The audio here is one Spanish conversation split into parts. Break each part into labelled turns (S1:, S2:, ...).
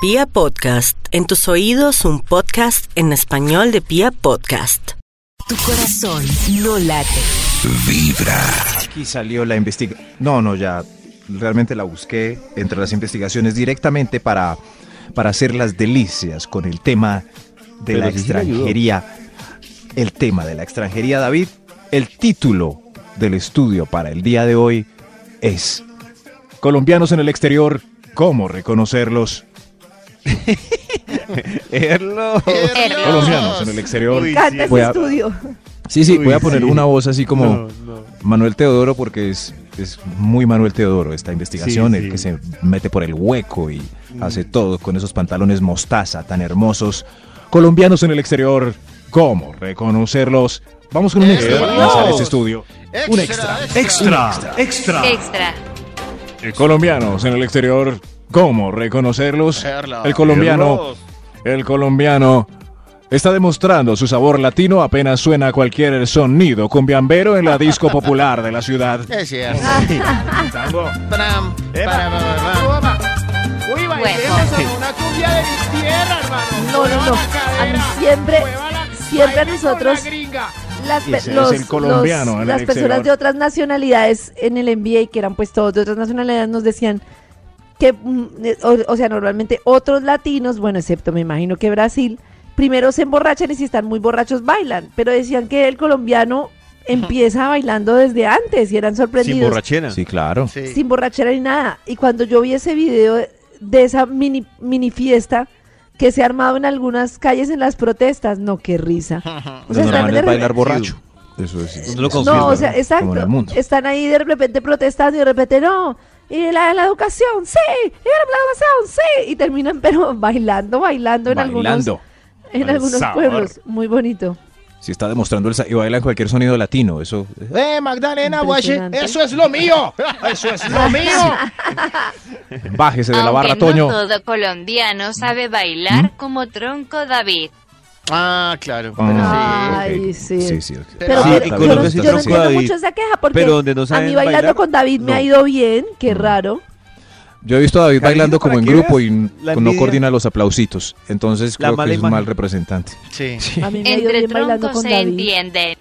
S1: Pia Podcast, en tus oídos un podcast en español de Pia Podcast.
S2: Tu corazón no late.
S3: Aquí salió la investigación. No, no, ya realmente la busqué entre las investigaciones directamente para, para hacer las delicias con el tema de
S4: Pero
S3: la
S4: sí se le ayudó.
S3: extranjería. El tema de la extranjería, David. El título del estudio para el día de hoy es Colombianos en el exterior, ¿cómo reconocerlos?
S4: Erlo.
S3: Colombianos en el exterior.
S4: Uy,
S5: encanta ese
S3: Voy a-
S5: estudio.
S3: Sí, sí,
S4: Uy,
S3: voy a poner
S4: sí.
S3: una voz así como...
S4: No, no.
S3: Manuel Teodoro porque es, es muy Manuel Teodoro esta investigación,
S4: Sí,
S3: el
S4: sí. Mm.
S3: que se mete por el hueco y hace todo con esos pantalones mostaza tan hermosos. Colombianos en el exterior, ¿cómo reconocerlos? Vamos con un extra para comenzar este estudio. Un extra, extra, extra.
S6: Extra.
S3: Eh, Colombianos en el exterior, ¿cómo reconocerlos? El colombiano, el colombiano está demostrando su sabor latino apenas suena cualquier sonido cumbiambero en la disco popular de la ciudad.
S7: Es cierto.
S5: Ah.
S7: Pram,
S4: Epa.
S7: para, para, para.
S8: Uy,
S6: bailemos
S8: a una cumbia de mi tierra, hermano.
S5: No, no, no. A mí siempre, siempre a nosotros, las, pe-
S3: Ese es
S5: los-
S3: el colombiano
S5: los-
S3: en el
S5: las
S3: exterior.
S5: personas de otras nacionalidades en el NBA, que eran pues todos de otras nacionalidades, nos decían que, mm, eh, o, o sea, normalmente otros latinos, bueno, excepto me imagino que Brasil, primero se emborrachan y si están muy borrachos bailan, pero decían que el colombiano empieza bailando desde antes y eran
S4: Sin
S5: sorprendidos
S4: borrachera.
S3: Sí, claro.
S7: Sí.
S5: sin borrachera ni nada. Y cuando yo vi ese video de- de esa mini, mini fiesta que se ha armado en algunas calles en las protestas, no, qué risa. O sea,
S3: Lo normal
S5: de
S3: es bailar
S5: repente-
S3: borracho. Eso es.
S4: No lo
S3: es
S5: no, o sea,
S3: normal, como en el
S5: exacto.
S3: mundo.
S5: Están ahí de repente protestando y de repente no. Y la, la educación, sí, y la educación, sí. Y terminan pero bailando, bailando en
S3: Bailando.
S5: algunos, en algunos
S3: Sabor.
S5: pueblos. Muy bonito.
S3: Si está demostrando el sa- y baila cualquier sonido latino, eso.
S7: ¡Eh, Magdalena Guache!
S5: Impresionante.
S7: ¡Eso es lo mío! ¡Eso es lo mío!
S3: Bájese de la barra,
S6: Aunque
S3: Toño.
S6: no todo colombiano sabe bailar como tronco David.
S7: Ah, claro.
S3: Ah,
S5: Ay,
S3: ok.
S5: sí.
S3: Sí, sí.
S5: Pero,
S7: Sí,
S5: pero
S7: y
S5: yo,
S7: Colombia
S5: no,
S3: sí
S5: yo
S3: está
S5: no entiendo
S4: preocupada,
S5: mucho
S4: y-
S5: esa queja porque
S4: pero donde no
S5: a
S4: saben
S5: mí bailando
S4: bailar,
S5: con David me
S4: no.
S5: ha ido bien, qué raro.
S3: Yo he visto a David
S4: Carito,
S3: bailando
S4: para
S3: como en
S4: que
S3: grupo
S4: veas
S3: y n-
S4: la
S3: no
S4: envidia.
S3: coordina los aplausitos. Entonces
S4: La
S3: creo
S4: mala
S3: que es un
S4: imagen.
S3: mal representante.
S7: Sí. sí.
S5: A mí me ha ido
S6: Entre
S5: bien bailando
S6: troncos
S5: con
S6: se
S5: David.
S6: entienden.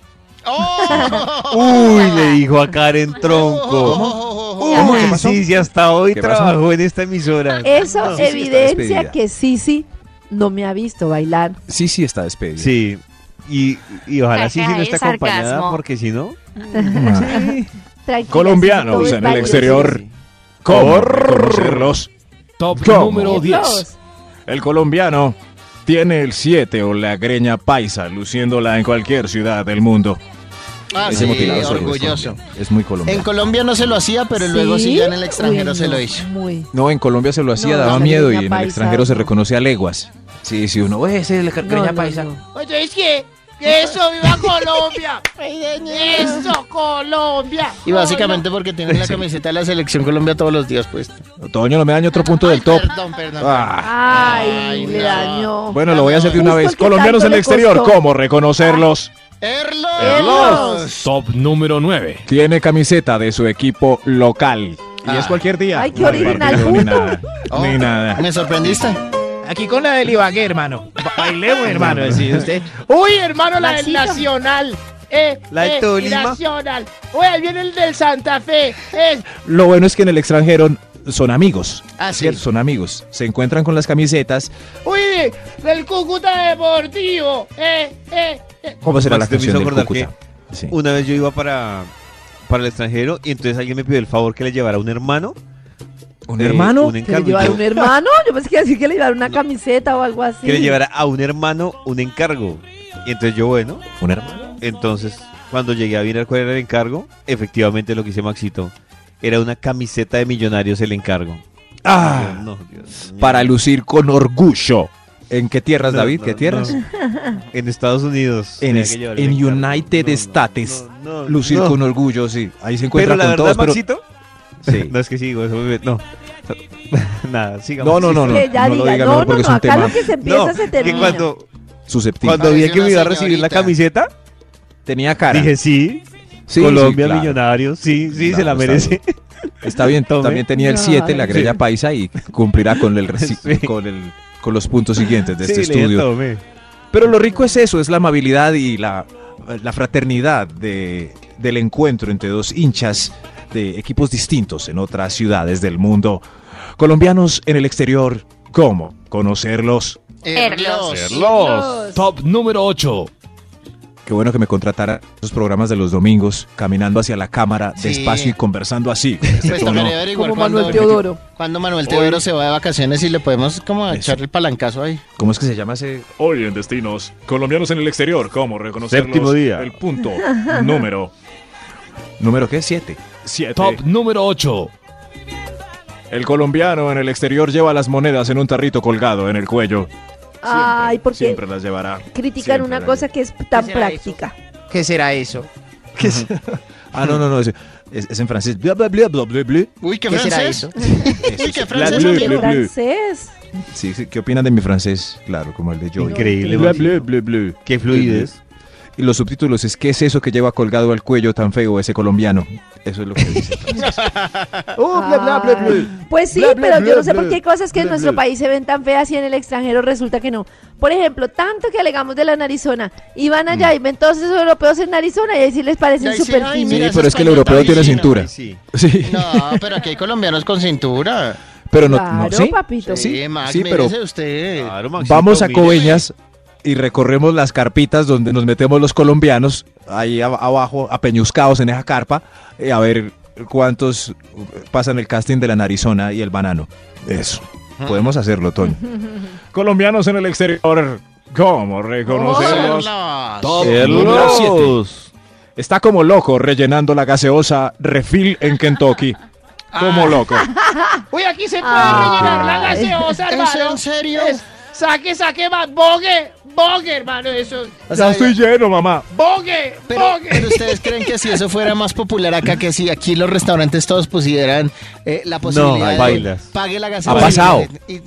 S7: ¡Oh!
S4: Uy, le dijo a Karen Tronco.
S6: oh.
S3: ¿Cómo? ¿Qué
S4: Uy,
S3: pasó?
S4: sí, sí, hasta hoy
S3: ¿Qué pasó?
S4: trabajó en esta emisora.
S5: Eso
S3: No, sí, sí, está despedida.
S5: evidencia que Sisi no me ha visto bailar.
S3: Sí, sí, está despedido.
S4: Sí. Y, y ojalá sí, si no
S6: Caca,
S4: está
S6: es
S4: acompañada,
S6: sarcasmo.
S4: porque si no.
S3: Ah,
S5: Tranquila,
S3: Colombianos
S5: Sisi, todo
S3: en
S5: es
S3: el
S4: pues,
S3: exterior. ¿Cómo reconocerlos? Top número
S5: válido.
S3: El colombiano tiene el 7 o la greña paisa, luciéndola en cualquier ciudad del mundo.
S7: Ah,
S3: Ese
S7: sí,
S3: mutilado solo es
S7: orgulloso.
S3: colombiano. Es muy
S7: En
S3: colombiano.
S7: Colombia no se lo hacía, pero luego sí ya en el extranjero
S5: Uy,
S7: se lo
S5: no,
S7: hizo.
S5: Muy.
S3: no, en Colombia se lo hacía,
S5: No,
S3: daba
S5: la
S3: miedo y
S5: greña
S3: en el
S5: paisa,
S3: extranjero se
S5: no.
S3: reconoce a leguas. Sí, sí, uno, ese es la
S5: No,
S3: greña
S5: no,
S3: paisa.
S5: no.
S8: Oye, es que eso, viva Colombia. eso, Colombia.
S7: Y básicamente porque tienen la camiseta de la selección Colombia todos los días pues. puesta.
S3: Toño, no me daña otro punto del top.
S7: Perdón, perdón.
S3: Ah.
S5: Ay,
S7: Ay,
S5: le
S7: no.
S5: dañó.
S3: Bueno, lo voy a hacer de una
S5: Justo
S3: vez.
S5: que
S3: Colombianos
S5: tanto
S3: en el
S5: le
S3: exterior,
S5: costó.
S3: ¿cómo reconocerlos?
S7: ¡Erlos!
S5: Erlos.
S9: Top número 9.
S3: Tiene camiseta de su equipo local. Y
S8: Ah.
S3: es cualquier día.
S5: Ay, qué
S3: No hay
S5: original,
S3: partido, Ni
S5: puto.
S3: nada.
S7: Oh,
S3: Ni nada.
S7: ¿Me sorprendiste?
S8: Aquí con la del Ibagué, hermano. Bailemos, hermano, así usted. Uy, hermano, la del Nacional. Eh,
S4: La del
S8: eh, y
S4: Tolima.
S8: Nacional. Uy, ahí viene el del Santa Fe. Es
S3: Lo bueno es que en el extranjero son amigos.
S7: Ah, sí.
S3: ¿cierto? Son amigos. Se encuentran con las camisetas.
S8: uy, de- del Cúcuta Deportivo. Eh, eh, eh.
S3: ¿Cómo será
S4: Max,
S9: Pues
S3: la canción
S4: te me hizo
S3: del
S4: acordar
S3: Cúcuta? Sí.
S4: Una vez yo iba para, para el extranjero y entonces alguien me pidió el favor que le llevara un hermano.
S3: ¿Un
S4: eh,
S3: hermano?
S4: Un
S5: ¿Que Ah, le
S4: encargo. y
S5: llevara
S4: yo-
S5: un hermano? Yo pensé que iba a decir que le llevara una camiseta o algo así.
S4: que le llevara a un hermano un encargo. Y entonces yo, bueno,
S3: ¿Un hermano?
S4: Entonces, cuando llegué a mirar cuál era el encargo, efectivamente lo que hice Maxito era una camiseta de millonarios el encargo.
S3: Ah,
S4: No, Dios mío.
S3: para lucir con orgullo. ¿En qué tierras,
S4: No,
S3: David?
S4: no,
S3: ¿Qué tierras?
S4: no. En Estados Unidos.
S3: En
S4: tenía
S3: est-
S4: que llevar el
S3: en
S4: encargo.
S3: United States,
S4: no, no,
S3: Lucir
S4: no.
S3: con orgullo, sí. Ahí se
S4: Pero
S3: encuentra
S4: la
S3: con
S4: verdad,
S3: todos. pero-
S4: Maxito.
S3: Sí.
S4: No es que sigo, eso me- no. Nada, sigamos.
S3: No, no, no, no.
S5: Que ya
S3: no lo
S5: diga,
S3: diga,
S5: no,
S3: mejor
S5: no,
S3: porque es
S5: no,
S3: un
S5: acá
S3: tema
S5: lo que se empieza
S4: No,
S5: se
S4: que
S5: termina.
S4: cuando,
S3: susceptible.
S4: cuando vi
S7: Parece
S4: que me
S7: una
S4: iba a recibir la
S7: señorita.
S4: camiseta,
S3: Tenía cara.
S4: dije sí.
S3: Sí,
S4: Colombia
S3: sí, claro.
S4: millonario, sí, sí,
S3: Claro,
S4: se la
S3: está
S4: merece.
S3: Está bien,
S4: Tome.
S3: también tenía el
S5: Ay.
S3: 7, la grella
S4: Sí.
S3: paisa, y cumplirá con, el, reci-
S4: Sí.
S3: con, el- con los puntos siguientes de este
S4: Sí, le
S3: estudio.
S4: tome.
S3: Pero lo rico es eso, es la amabilidad y la, la fraternidad de- del encuentro entre dos hinchas de equipos distintos en otras ciudades del mundo. Colombianos en el exterior, ¿cómo conocerlos?
S6: Erlos.
S5: Los.
S9: Top número 8.
S3: Qué bueno que me contratara esos programas de los domingos, caminando hacia la cámara
S7: Sí.
S3: despacio y conversando así. con ese
S7: Pues
S3: tono.
S7: tocaría averiguar
S5: Como
S7: cuando,
S5: Manuel Teodoro.
S7: cuando Manuel Teodoro se va de vacaciones y le podemos como
S3: Eso.
S7: echar el palancazo ahí.
S3: ¿Cómo es que se llama ese?
S10: Hoy en Destinos, colombianos en el exterior, ¿cómo reconocerlos?
S4: Séptimo día.
S10: El punto número
S3: ¿Número qué? Siete.
S10: 7.
S9: Top número 8.
S10: El colombiano en el exterior lleva las monedas en un tarrito colgado en el cuello.
S5: Ay, porque
S10: Siempre las llevará.
S5: critican
S10: Siempre
S5: una
S10: las
S5: cosa que es tan
S8: ¿Qué será eso?
S5: práctica.
S8: ¿Qué será eso?
S3: Ah, no, no, no, es, es- es en francés. Bla, bla, bla, bla, bla, bla.
S7: Uy, qué,
S8: ¿Qué será
S7: francés.
S8: eso?
S7: Uy, qué
S5: Uy,
S7: francés.
S10: Blue,
S5: qué
S10: blue, blue.
S5: francés.
S3: Sí, sí, ¿qué opinan de mi francés? Claro, como el de Joey.
S4: Increíble.
S10: Bla,
S4: man.
S10: bla, bla, bla.
S4: Qué fluidez.
S3: Y los subtítulos es ¿Qué es eso que lleva colgado al cuello tan feo ese colombiano? Eso es lo que dice. Oh,
S5: Ay, Pues sí,
S3: Bla, bla,
S5: pero
S3: bla,
S5: yo no sé
S3: bla,
S5: por qué hay cosas que en
S3: bla,
S5: nuestro
S3: bla.
S5: país se ven tan feas y en el extranjero resulta que no. Por ejemplo, tanto que alegamos de la narizona y van
S3: Mm.
S5: allá y ven todos esos europeos en narizona y ahí sí les
S7: Y
S5: parecen
S7: ahí sí,
S5: súper
S7: ay,
S5: finos.
S7: mira,
S3: Sí,
S7: eso
S3: pero es que el
S7: español
S3: europeo tiene
S7: también.
S3: cintura.
S4: Ay, sí.
S3: Sí,
S7: No, pero aquí hay colombianos con cintura.
S3: pero no, no,
S5: Claro,
S3: sí.
S5: papito.
S3: Sí,
S7: Max,
S3: sí, pero
S7: mírese usted.
S4: Claro, Maxito,
S3: vamos a
S4: mire.
S3: Coveñas y recorremos las carpitas donde nos metemos los colombianos, ahí ab- abajo, apeñuscados en esa carpa, eh, a ver cuántos eh, pasan el casting de la narizona y el banano. Eso. Podemos hacerlo, Toño.
S10: Colombianos en el exterior, ¿cómo reconocerlos?
S7: Cerlos.
S9: Top
S3: Erlos.
S9: número 7.
S10: Está como loco rellenando la gaseosa refil en Kentucky. Como loco.
S8: Uy, aquí se puede
S5: Ah.
S8: rellenar la gaseosa,
S7: ¿Es
S8: hermano.
S7: en serio?
S8: Es- saque, saque más. Bogue, bogue, hermano. Eso.
S7: O sea,
S10: Ya estoy lleno, mamá.
S8: Bogue,
S7: Pero,
S8: bogue.
S7: pero ustedes creen que si eso fuera más popular acá, que si aquí los restaurantes todos pusieran eh, la posibilidad de
S4: bailas.
S7: pague la gasolina.
S3: pasado.
S7: Y-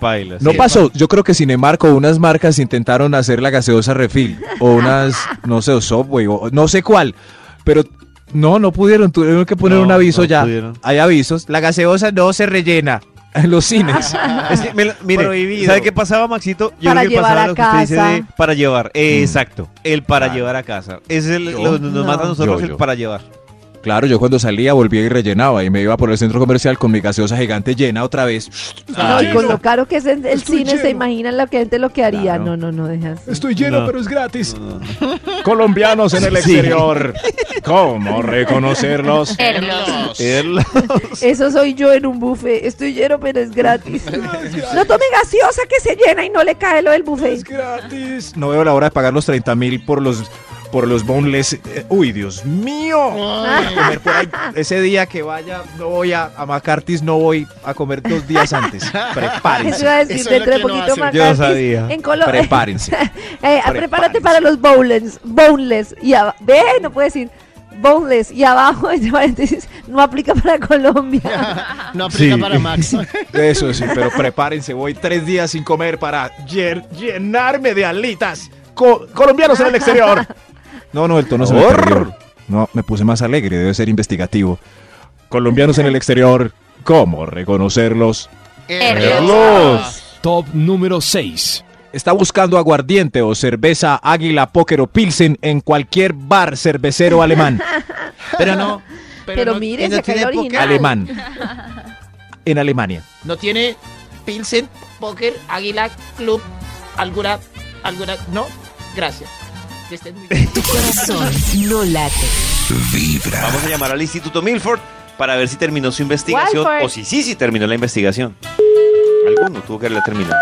S4: Baila,
S3: No
S4: sí.
S3: pasó. Yo creo que sin embargo unas marcas intentaron hacer la gaseosa refil o unas, no sé, o Subway o no sé cuál, pero no, no pudieron. Tuvieron que poner
S4: No,
S3: un aviso
S4: no
S3: ya.
S4: pudieron.
S3: Hay avisos. La gaseosa no se rellena en los cines.
S4: Es que me lo- mire,
S3: Prohibido.
S4: ¿sabe qué pasaba, Maxito?
S5: Para
S4: creo que
S5: llevar
S4: pasaba
S5: a
S4: lo que usted dice
S5: casa.
S4: de para llevar. Eh, Exacto. El para
S3: Claro.
S4: llevar a casa. Es el, lo- nos
S5: No.
S4: mata a nosotros
S3: Yo, yo.
S4: el para llevar.
S3: Claro, yo cuando salía volvía y rellenaba y me iba por el centro comercial con mi gaseosa gigante llena otra vez.
S4: Ah,
S5: No, y con lo caro que es en- el
S10: Estoy
S5: cine,
S10: lleno.
S5: se imaginan la gente lo que haría.
S3: Claro.
S5: No, no, no, deja así.
S10: Estoy lleno,
S4: No.
S10: pero es gratis. Colombianos en el exterior, ¿cómo reconocerlos?
S6: Erlos.
S5: Eso soy yo en un buffet. Estoy lleno, pero es gratis. No tome gaseosa que se llena y no le cae lo del buffet.
S10: gratis.
S3: No veo la hora de pagar los 30 mil por los, por los boneless. Eh, Uy, Dios mío.
S7: Ay,
S3: Comer por ahí. Ese día que vaya, no voy a, a Macartis, no voy a comer dos días antes.
S5: Ah, Eso
S3: Prepárense.
S5: iba a decir,
S7: Eso es
S5: dentro
S7: lo
S5: de
S7: que no
S5: poquito
S7: hace.
S5: más
S4: Yo sabía.
S5: En Colombia.
S3: Prepárense.
S5: Eh, prepárate para los boneless, boneless y aba- ve, no puedo decir boneless y abajo entre paréntesis, no aplica para Colombia.
S7: no aplica
S4: Sí.
S7: para Max.
S3: Eso sí, pero prepárense. Voy tres días sin comer para llen- llenarme de alitas. Co- colombianos en el exterior. No, no, el tono se me perdió. No, me puse más alegre. Debe ser investigativo.
S10: Colombianos en el exterior, ¿cómo reconocerlos?
S7: Eh, Erlos.
S9: Top número 6.
S3: Está buscando aguardiente o cerveza águila, póker o pilsen en cualquier bar cervecero alemán.
S8: Pero no.
S5: Pero, mire, se cayó original.
S3: Alemán. En Alemania.
S8: No tiene Pilsen, Poker, Águila, Club, alguna, alguna. No, gracias. Que estén muy bien.
S1: Tu corazón no late.
S4: Vamos a llamar al Instituto Milford para ver si terminó su investigación
S5: Walford.
S4: o si sí, sí terminó la investigación. Alguno tuvo que haberla terminado.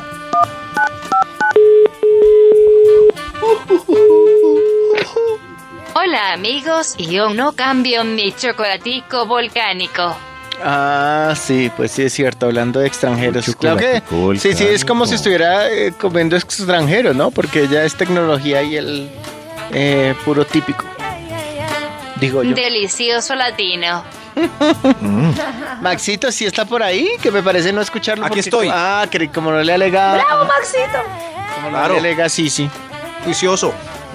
S6: Hola amigos, yo no cambio mi chocolatico volcánico.
S7: Ah, sí, pues sí es cierto, hablando de extranjeros.
S4: Un
S7: Claro que
S4: chocolatico
S7: sí, sí, es como
S4: volcánico.
S7: si estuviera eh, comiendo extranjero, ¿no? Porque ya es tecnología y el eh, puro típico. Digo yo.
S6: Delicioso latino.
S7: Maxito, si está por ahí, que me parece no escucharlo.
S3: Aquí
S7: porque-
S3: estoy.
S7: Ah, que como no le alega.
S5: Bravo, Maxito.
S7: Como no
S3: Claro.
S7: le alega, sí, sí.
S3: Juicioso.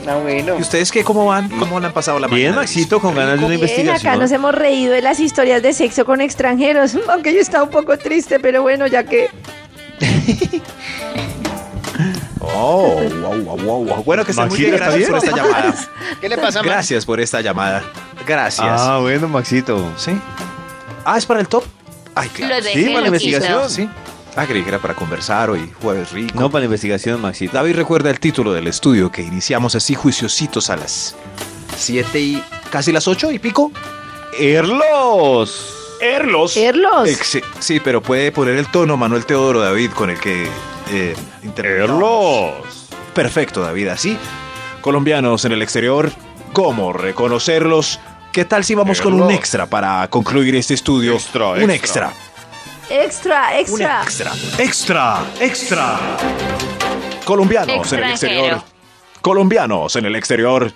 S7: Ah, bueno.
S9: ¿Y ustedes qué? ¿Cómo van? ¿Cómo le han pasado la
S4: Bien,
S9: mañana?
S4: Maxito, con ganas de una
S5: Bien,
S4: investigación.
S5: acá nos hemos reído de las historias de sexo con extranjeros, aunque yo estaba un poco triste, pero bueno, ya que...
S9: Oh, wow, wow, wow, wow. Bueno, que estén muy
S4: Maxito,
S9: bien.
S4: ¿está
S9: Gracias por
S4: bien?
S9: esta llamada.
S7: ¿Qué le pasa, Max?
S9: Gracias por esta llamada. Gracias.
S4: Ah, bueno, Maxito.
S9: ¿Sí? Ah, ¿es para el top? Ay, claro.
S6: Lo dejé
S4: Sí, para la
S6: loquito.
S4: investigación.
S9: Sí. Ah, creí que era para conversar hoy, jueves rico.
S4: No, para la investigación, Maxito.
S9: David recuerda el título del estudio que iniciamos así juiciositos a las 7 y casi las 8 y pico.
S4: ¡Erlos!
S9: Erlos.
S5: Erlos.
S9: Ex- sí, pero puede poner el tono Manuel Teodoro David con el que eh, interpretamos.
S4: ¡Erlos!
S9: Perfecto, David, así. Colombianos en el exterior, ¿cómo reconocerlos? ¿Qué tal si vamos con un
S4: Erlos.
S9: extra para concluir este estudio?
S4: Extra,
S9: un
S4: extra.
S9: extra.
S5: Extra, extra.
S9: extra. Extra, extra. Colombianos en el
S6: Extranjero.
S9: exterior. Colombianos en el exterior.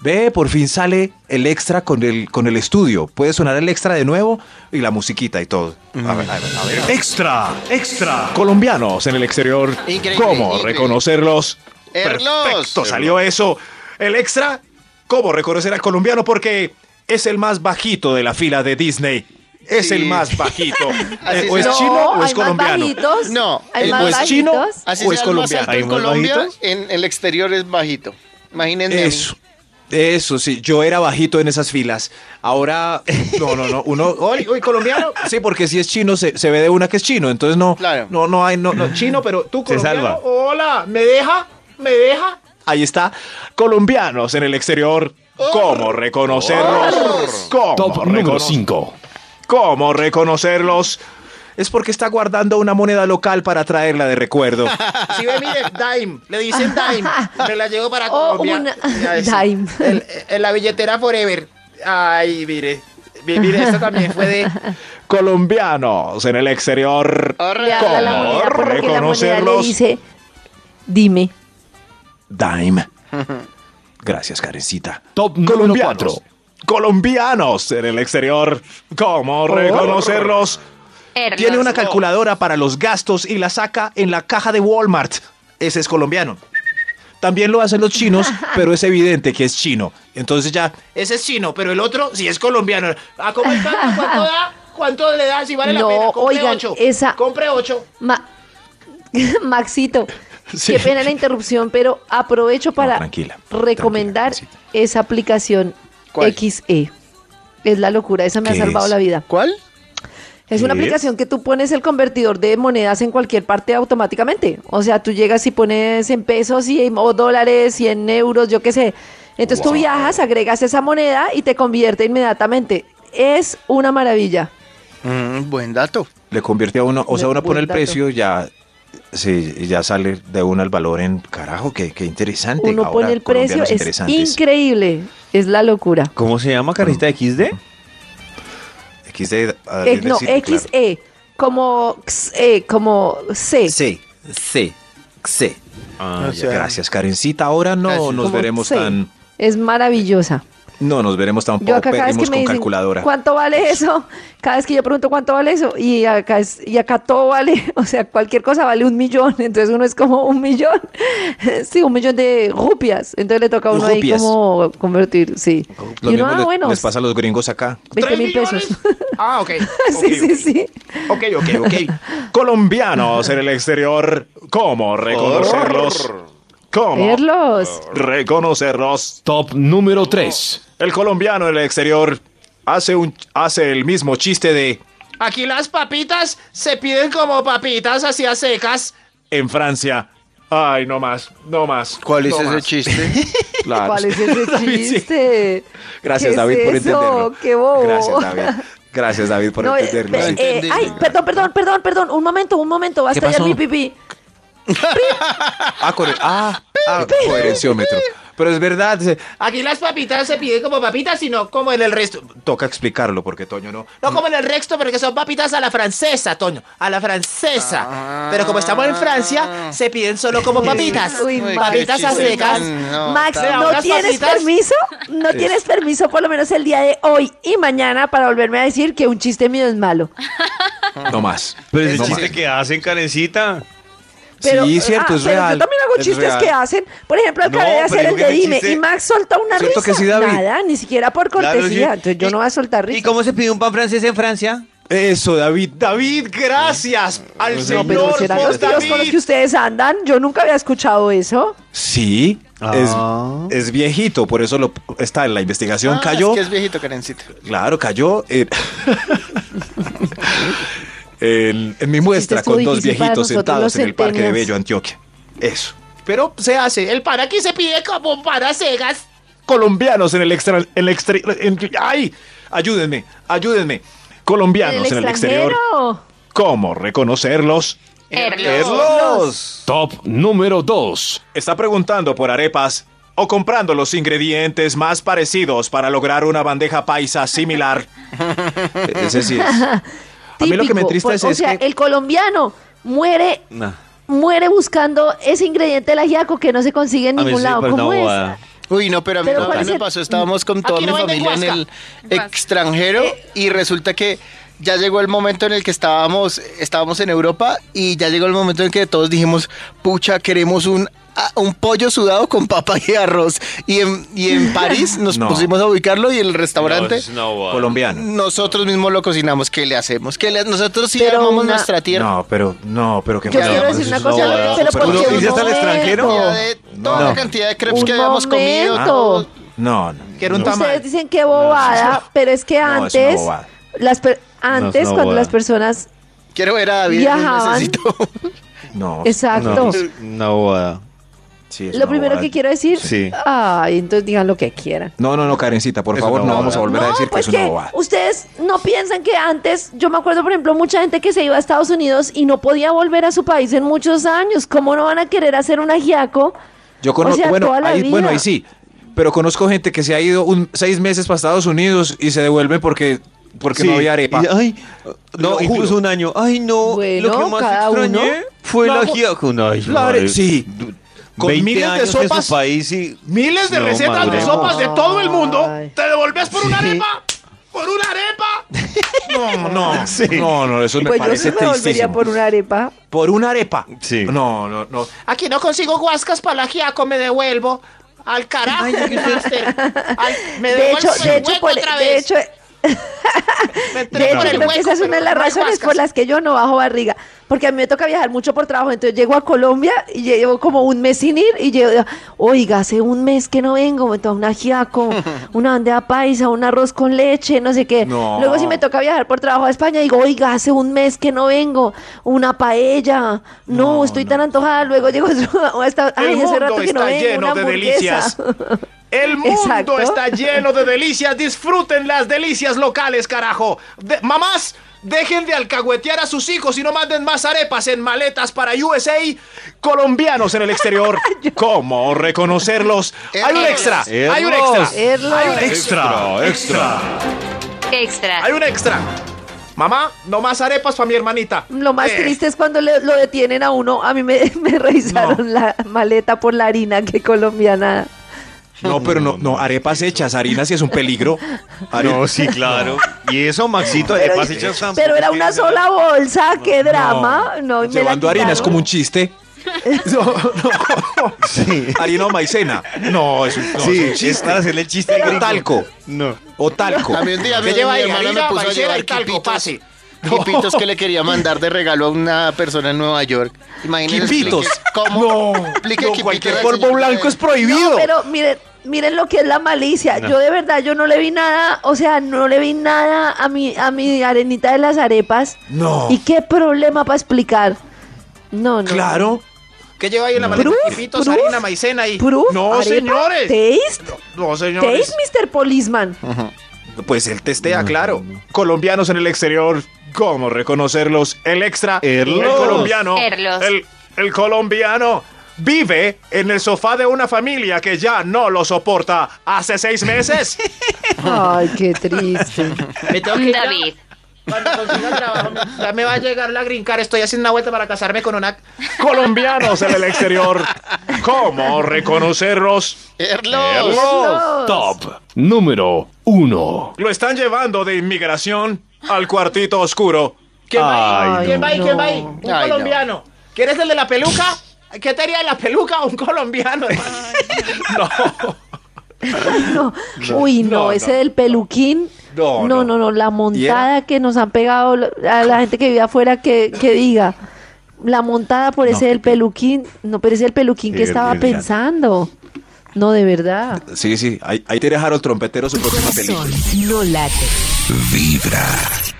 S9: Ve, por fin sale el extra con el, con el estudio. Puede sonar el extra de nuevo y la musiquita y todo. A ver, a ver, a ver. Extra, extra. Colombianos en el exterior.
S7: Increíble,
S9: ¿Cómo
S7: increíble.
S9: reconocerlos?
S7: Erlos.
S9: Perfecto, salió eso. El extra, ¿cómo reconocer al colombiano? Porque es el más bajito de la fila de Disney. Es
S7: Sí.
S9: el más bajito.
S7: Así
S9: Eh, o es
S7: se-
S9: chino
S5: No,
S9: o es
S5: hay más
S9: colombiano.
S5: bajitos.
S7: No,
S5: hay
S7: el-
S5: más
S7: o es
S5: bajitos.
S9: chino
S7: Así
S9: ¿O
S7: sea
S9: es
S7: el
S9: colombiano?
S7: Más alto
S4: ¿Hay
S7: en
S4: más
S7: Colombia,
S4: bajitos?
S7: en el exterior es bajito. Imagínense. a mí.
S9: Eso. Eso sí, yo era bajito en esas filas. Ahora, no, no, no, uno, hoy, colombiano. Sí, porque si es chino se, se ve de una que es chino, entonces no,
S7: Claro.
S9: no, no hay, no, no, chino, pero tú
S4: Se salva.
S9: Hola, me deja, me deja. Ahí está, colombianos en el exterior. ¿Cómo reconocerlos? ¿Cómo
S11: Top número
S9: reconoc-
S11: 5.
S9: ¿Cómo reconocerlos? Es porque está guardando una moneda local para traerla de recuerdo.
S8: Si ve, mire, Dime, le dicen Dime, me la llevo para
S5: O
S8: Colombia.
S5: una-
S8: Ya, sí.
S5: Dime.
S8: El- en la billetera Forever. Ay, mire. Mi- Mire, esta también fue de.
S9: colombianos en el exterior.
S7: Ahora,
S5: Le habla la moneda porque la moneda le
S9: reconocerlos.
S5: dice, dime.
S9: Dime. Gracias, Karencita.
S11: Top número
S9: Colombianos.
S11: 4.
S9: Colombianos en el exterior.
S11: Oh.
S9: ¿Cómo reconocerlos?
S6: Erlos.
S9: Tiene una calculadora para los gastos y la saca en la caja de Walmart. Ese es colombiano. También lo hacen los chinos, pero es evidente que es chino. Entonces ya,
S8: Ese es chino, pero el otro sí es colombiano.
S9: Ah,
S8: ¿A cómo el cambio? ¿Cuánto da? ¿Cuánto le da? Si vale
S5: No,
S8: la pena. Compre
S5: oigan,
S8: ocho.
S5: esa-
S8: Compre ocho.
S5: Ma- Maxito,
S9: Sí.
S5: qué pena la interrupción, pero aprovecho para
S9: tranquila,
S5: recomendar
S9: tranquila,
S5: esa aplicación
S7: ¿Cuál?
S5: XE. Es la locura, esa me ha
S9: ¿Qué
S5: salvado
S9: es?
S5: la vida.
S7: ¿Cuál?
S5: Es una
S9: ¿Qué
S5: aplicación que tú pones el convertidor de monedas en cualquier parte automáticamente. O sea, tú llegas y pones en pesos y en- o dólares y en euros, yo qué sé. Entonces tú viajas, agregas esa moneda y te convierte inmediatamente. Es una maravilla.
S7: Mm, buen dato.
S9: le convierte a uno, o sea,
S5: Buen-
S9: uno pone el
S5: buen dato.
S9: precio ya sí, ya sale de uno el valor en carajo, qué, qué interesante.
S5: Uno
S9: Ahora,
S5: pone el precio,
S9: colombianos
S5: es
S9: interesantes.
S5: increíble. Es la locura.
S4: ¿Cómo se llama, Carita XD?
S9: XD, ah,
S5: Eh, no,
S9: sí, claro.
S5: XE, como XE, como C.
S9: Sí, sí, sí. Ah,
S7: O
S9: ya,
S7: sea,
S9: gracias, Karencita. Ahora no
S7: gracias.
S9: nos
S5: como
S9: veremos
S5: C.
S9: tan,
S5: Es maravillosa.
S9: no nos veremos tan
S5: Yo acá cada vez que
S9: pedimos
S5: me
S9: con
S5: dicen,
S9: calculadora.
S5: ¿cuánto vale eso? Cada vez que yo pregunto cuánto vale eso, y acá, es- y acá todo vale, o sea, cualquier cosa vale un millón, entonces uno es como un millón, sí, un millón de rupias, entonces le toca a uno
S9: Rupias.
S5: ahí como convertir, sí.
S9: Lo
S5: y uno,
S9: mismo
S5: ah,
S9: le-
S5: bueno,
S9: les pasa a los gringos acá.
S5: 20
S8: ¿Tres
S5: mil pesos.
S8: millones? Ah, ok.
S5: sí, sí, sí.
S9: Ok, ok, ok. Colombianos en el exterior, ¿cómo reconocerlos? ¿Cómo
S5: Verlos.
S9: reconocerlos?
S11: Top número 3.
S9: El colombiano en el exterior hace, un, hace el mismo chiste de
S8: Aquí las papitas se piden como papitas así a secas.
S9: en Francia. Ay, no más, no más.
S7: ¿Cuál es
S9: no
S7: ese
S9: más".
S7: chiste?
S9: Claro.
S5: ¿Cuál es ese
S9: David, sí.
S5: chiste?
S9: Gracias,
S5: ¿Qué
S9: David,
S5: es
S9: por
S5: eso?
S9: entenderlo.
S5: ¡Qué bobo!
S9: Gracias, David. Gracias, David, por
S5: No, eh,
S9: entenderlo.
S5: eh,
S9: sí.
S5: eh, ay, perdón, perdón, perdón, perdón. Un momento, un momento. Va a
S9: ¿Qué
S5: estallar
S9: pasó?
S5: mi pipí.
S9: Ah, con el- ah, ah, coherenciómetro. Pero es verdad, se-
S8: Aquí las papitas se piden como papitas, sino como en el resto.
S9: toca explicarlo porque Toño no.
S8: No como en el resto, porque son papitas a la francesa, Toño. A la francesa.
S9: Ah.
S8: Pero como estamos en Francia, se piden solo como papitas.
S5: Uy,
S7: Uy,
S8: papitas
S7: qué
S8: a
S7: chiste
S8: secas.
S7: tan- no,
S5: Max,
S7: tan-
S5: ¿no
S8: unas
S5: tienes
S8: papitas.
S5: permiso? No tienes permiso por lo menos el día de hoy y mañana para volverme a decir que un chiste mío es malo.
S9: No más.
S4: Pero ese
S9: no
S4: chiste
S9: más.
S4: que hacen, Karencita.
S5: Pero,
S9: sí,
S5: ah,
S9: cierto, es
S5: pero
S9: real.
S5: Yo también hago
S12: Es
S5: chistes
S12: real.
S5: que hacen. Por ejemplo,
S12: No,
S5: acabé de
S12: pero
S5: hacer el
S12: digo que
S5: de
S12: el
S5: dime.
S12: chiste-
S5: Y Max solta una
S12: ¿Cierto
S5: risa.
S12: que sí, David?
S5: Nada, ni siquiera por
S12: Claro,
S5: cortesía.
S12: sí.
S5: Entonces yo no voy a soltar risa.
S12: ¿Y cómo se pide un pan francés en Francia?
S9: Eso, David.
S12: David, gracias al
S5: No, pero serán los tíos con los que ustedes andan. Yo nunca había escuchado eso.
S9: Sí, es, es viejito, por eso lo, está en la investigación.
S7: Ah,
S9: cayó.
S7: Es que es viejito, Karencita.
S9: Claro, cayó eh, en, en- en mi muestra
S8: estuvo
S9: con dos
S8: difícil para
S9: viejitos
S8: nosotros, los
S9: sentados en el Parque de
S8: centennials.
S9: Bello, Antioquia. Eso.
S8: Pero se hace. El pan aquí se pide como para cegas.
S9: Colombianos en el extra, en el extra- en- ay, ayúdenme, Ah, ayúdenme. Colombianos en el exterior. ¿Cómo reconocerlos? Erlos. Top número 2. Está preguntando por arepas o comprando los ingredientes más parecidos para lograr una bandeja paisa similar. Ese sí es.
S5: Típico,
S9: mí lo que me entristece
S5: por-
S9: es
S5: O sea,
S9: que-
S5: el colombiano muere
S9: Nah.
S5: muere buscando ese ingrediente del ajiaco que no se consigue en
S7: A mí
S5: ningún
S7: sí,
S5: lado.
S7: pero
S5: ¿Cómo
S7: no,
S5: es?
S7: ah. Uy, no, pero a mí
S5: Pero
S7: no,
S5: ¿cuál
S7: a mí
S5: es
S7: me
S5: el-
S7: pasó. Estábamos con toda
S5: Aquí
S7: mi
S5: no venden
S7: familia en el
S5: guasca. Eh.
S7: extranjero y resulta que ya llegó el momento en el que estábamos, estábamos en Europa y ya llegó el momento en que todos dijimos, pucha, queremos un, ah, un pollo sudado con papa y arroz. Y en, y en París nos
S9: No.
S7: pusimos a ubicarlo y el restaurante...
S9: colombiano.
S7: Nosotros mismos lo cocinamos, ¿qué le hacemos? ¿Qué le- nosotros sí
S5: Pero
S7: armamos
S5: una-
S7: nuestra tierra.
S9: No, pero no, pues pero que
S7: Yo quiero decir
S5: una cosa, pero porque
S9: ¿Uno
S5: un
S9: dice hasta el
S5: momento.
S9: extranjero?
S7: De
S9: No.
S7: toda la cantidad de crepes
S5: Un
S7: que habíamos comido,
S5: momento.
S7: todo.
S9: No, no.
S7: Quiero un
S9: no.
S7: tamal.
S5: Ustedes dicen que bobada, pero es que
S9: No, es una
S5: antes,
S9: bobada.
S5: las per- antes
S9: una
S5: cuando
S9: bobada.
S5: las personas
S7: Quiero ver a David.
S5: viajaban,
S9: No.
S5: Exacto.
S4: No, es una bobada.
S9: Sí, es
S5: lo
S9: una
S5: primero
S9: bobada.
S5: que quiero decir,
S9: Sí.
S5: ay, entonces digan lo que quieran.
S9: No, no, no, Karencita, por
S4: Es
S9: favor,
S4: una
S9: no
S4: bobada.
S9: vamos a volver a decir
S5: pues
S9: que es una
S5: que
S9: bobada.
S5: ustedes no piensan que antes, yo me acuerdo, por ejemplo, mucha gente que se iba a Estados Unidos y no podía volver a su país en muchos años. ¿Cómo no van a querer hacer un ajiaco?
S9: Yo conozco,
S5: o sea,
S9: bueno,
S5: toda la
S9: ahí,
S5: vida.
S9: bueno, ahí sí. Pero conozco gente que se ha ido un, seis meses para Estados Unidos y se devuelve porque, porque
S4: Sí.
S9: no había arepa.
S4: Y- ay, no,
S9: Lo
S4: incluso
S9: juro.
S4: un año. Ay, no, lo
S5: Bueno,
S4: que más
S5: cada uno.
S4: extrañé fue ¿Eh? la
S5: Vamos-
S4: ajiaco. No, ay,
S9: La are-
S4: madre.
S9: sí.
S3: Con
S4: 20
S3: miles de
S4: años en
S3: sopas,
S4: su país y...
S3: Miles de
S4: No,
S3: recetas de
S4: madre.
S3: sopas de todo el mundo. Te devolves por una
S4: Sí.
S3: arepa. Por una arepa.
S9: No, no, no, no, eso me
S5: Pues yo sí
S9: parece
S5: me volvería
S9: tristísimo.
S5: por una arepa.
S9: Por una arepa. Sí. No, no, no.
S8: Aquí no consigo guascas para el ajiaco, me devuelvo. Al carajo, Master. Al- me
S5: De
S8: devuelvo
S5: hecho,
S8: el
S5: de hecho,
S8: hueco
S5: por,
S8: otra
S5: de
S8: vez.
S5: hecho,
S8: Me
S5: De
S8: traigo
S5: hecho,
S8: el
S5: creo que
S8: hueco,
S5: esa es una de
S8: pero
S5: las
S8: no hay
S5: razones
S8: guascas.
S5: por las que yo no bajo barriga. Porque a mí me toca viajar mucho por trabajo. Entonces llego a Colombia y llevo como un mes sin ir. Y llego, oiga, hace un mes que no vengo. Entonces, un ajiaco, una bandeja paisa, un arroz con leche, no sé qué.
S13: No.
S5: Luego, si me toca viajar por trabajo a España, digo, oiga, hace un mes que no vengo. Una paella. No, estoy tan antojada. Luego llego a esta. Ay, hace rato que no vengo. una hamburguesa.
S3: El mundo
S5: Exacto.
S3: está lleno de delicias. Disfruten las delicias locales, carajo. De- mamás, dejen de alcahuetear a sus hijos y no manden más arepas en maletas para USA. Colombianos en el exterior. ¿Cómo reconocerlos? Hay un extra. Hay un extra. Hay un extra. Extra.
S6: Extra.
S3: Hay un extra. Mamá, no más arepas para mi hermanita.
S5: Lo más
S3: Eh.
S5: triste es cuando le- lo detienen a uno. A mí me, me revisaron la maleta por la harina que colombiana.
S9: No, pero no, no, arepas hechas, harinas sí es un peligro.
S4: No, sí, claro. Y eso, Maxito,
S5: Pero,
S4: arepas hechas tan-
S5: pero era una sola bolsa, qué drama. No, y me la
S9: Llevando harina es
S5: quitaron.
S9: como un chiste. No, no. Harina o maicena. No, es un, no,
S4: Sí,
S9: es un
S4: es
S9: chiste.
S4: para hacerle el chiste
S9: O
S4: gringo.
S9: talco.
S4: No.
S9: O talco.
S7: A mí un día
S3: ¿Qué
S7: mi,
S3: lleva
S7: mi
S3: ahí?
S7: hermana
S3: Harina,
S7: me puso a
S3: maicena
S7: llevar
S3: y talco,
S7: quipitos,
S3: pase.
S7: quipitos que le quería mandar de regalo a una persona en Nueva York. Imagínense.
S9: Quipitos.
S7: explique ¿Cómo? Explique
S9: No,
S7: quipitos
S9: cualquier
S7: al
S9: polvo
S7: señor
S9: blanco
S7: de-
S9: es prohibido.
S5: No, pero miren, miren lo que es la malicia.
S9: No.
S5: Yo de verdad, yo no le vi nada, o sea, no le vi nada a mi, a mi arenita de las arepas.
S9: No.
S5: ¿Y qué problema para explicar? No, no.
S9: Claro.
S3: ¿Qué lleva ahí en la maleta?
S5: ¿Proof?
S3: Quipitos,
S5: ¿Proof?
S3: harina, maicena y...
S5: ¿Proof?
S3: No,
S5: ¿Arepa?
S3: señores.
S5: ¿Taste?
S3: No, señores.
S5: ¿Taste, Mr. Policeman?
S9: Pues él testea,
S3: claro. Colombianos en el exterior, ¿cómo reconocerlos? El extra, el
S9: Erlos.
S3: colombiano,
S6: Erlos.
S3: el, el colombiano vive en el sofá de una familia que ya no lo soporta hace seis meses.
S5: Ay, qué triste.
S8: Me tengo que ir a-
S6: David.
S8: Cuando consiga trabajo, me- ya me va a llegar la green card. Estoy haciendo una vuelta para casarme con una.
S3: colombianos en el exterior, ¿cómo reconocerlos?
S8: Erlos.
S11: Top número 1.
S3: Lo están llevando de inmigración al cuartito oscuro.
S8: ¿Quién va ahí? ¿Quién va ahí? ¿Quién va ahí?
S7: no.
S8: Un
S7: Ay, no.
S8: colombiano. ¿Quién es el de la peluca? ¿Qué tenía la peluca un colombiano? no.
S5: No. Uy, no, ese del peluquín. No
S9: No,
S5: no, no,
S9: no.
S5: la montada que nos han pegado la- a la gente que vive afuera que, que diga. La montada por ese del peluquín, no, pero ese del peluquín
S9: Sí,
S5: que
S9: es
S5: estaba
S9: brillante.
S5: pensando. No, de verdad.
S9: Sí, sí, ahí, ahí tiene Harold Trompetero su próxima película.
S2: No late.
S9: Vibra.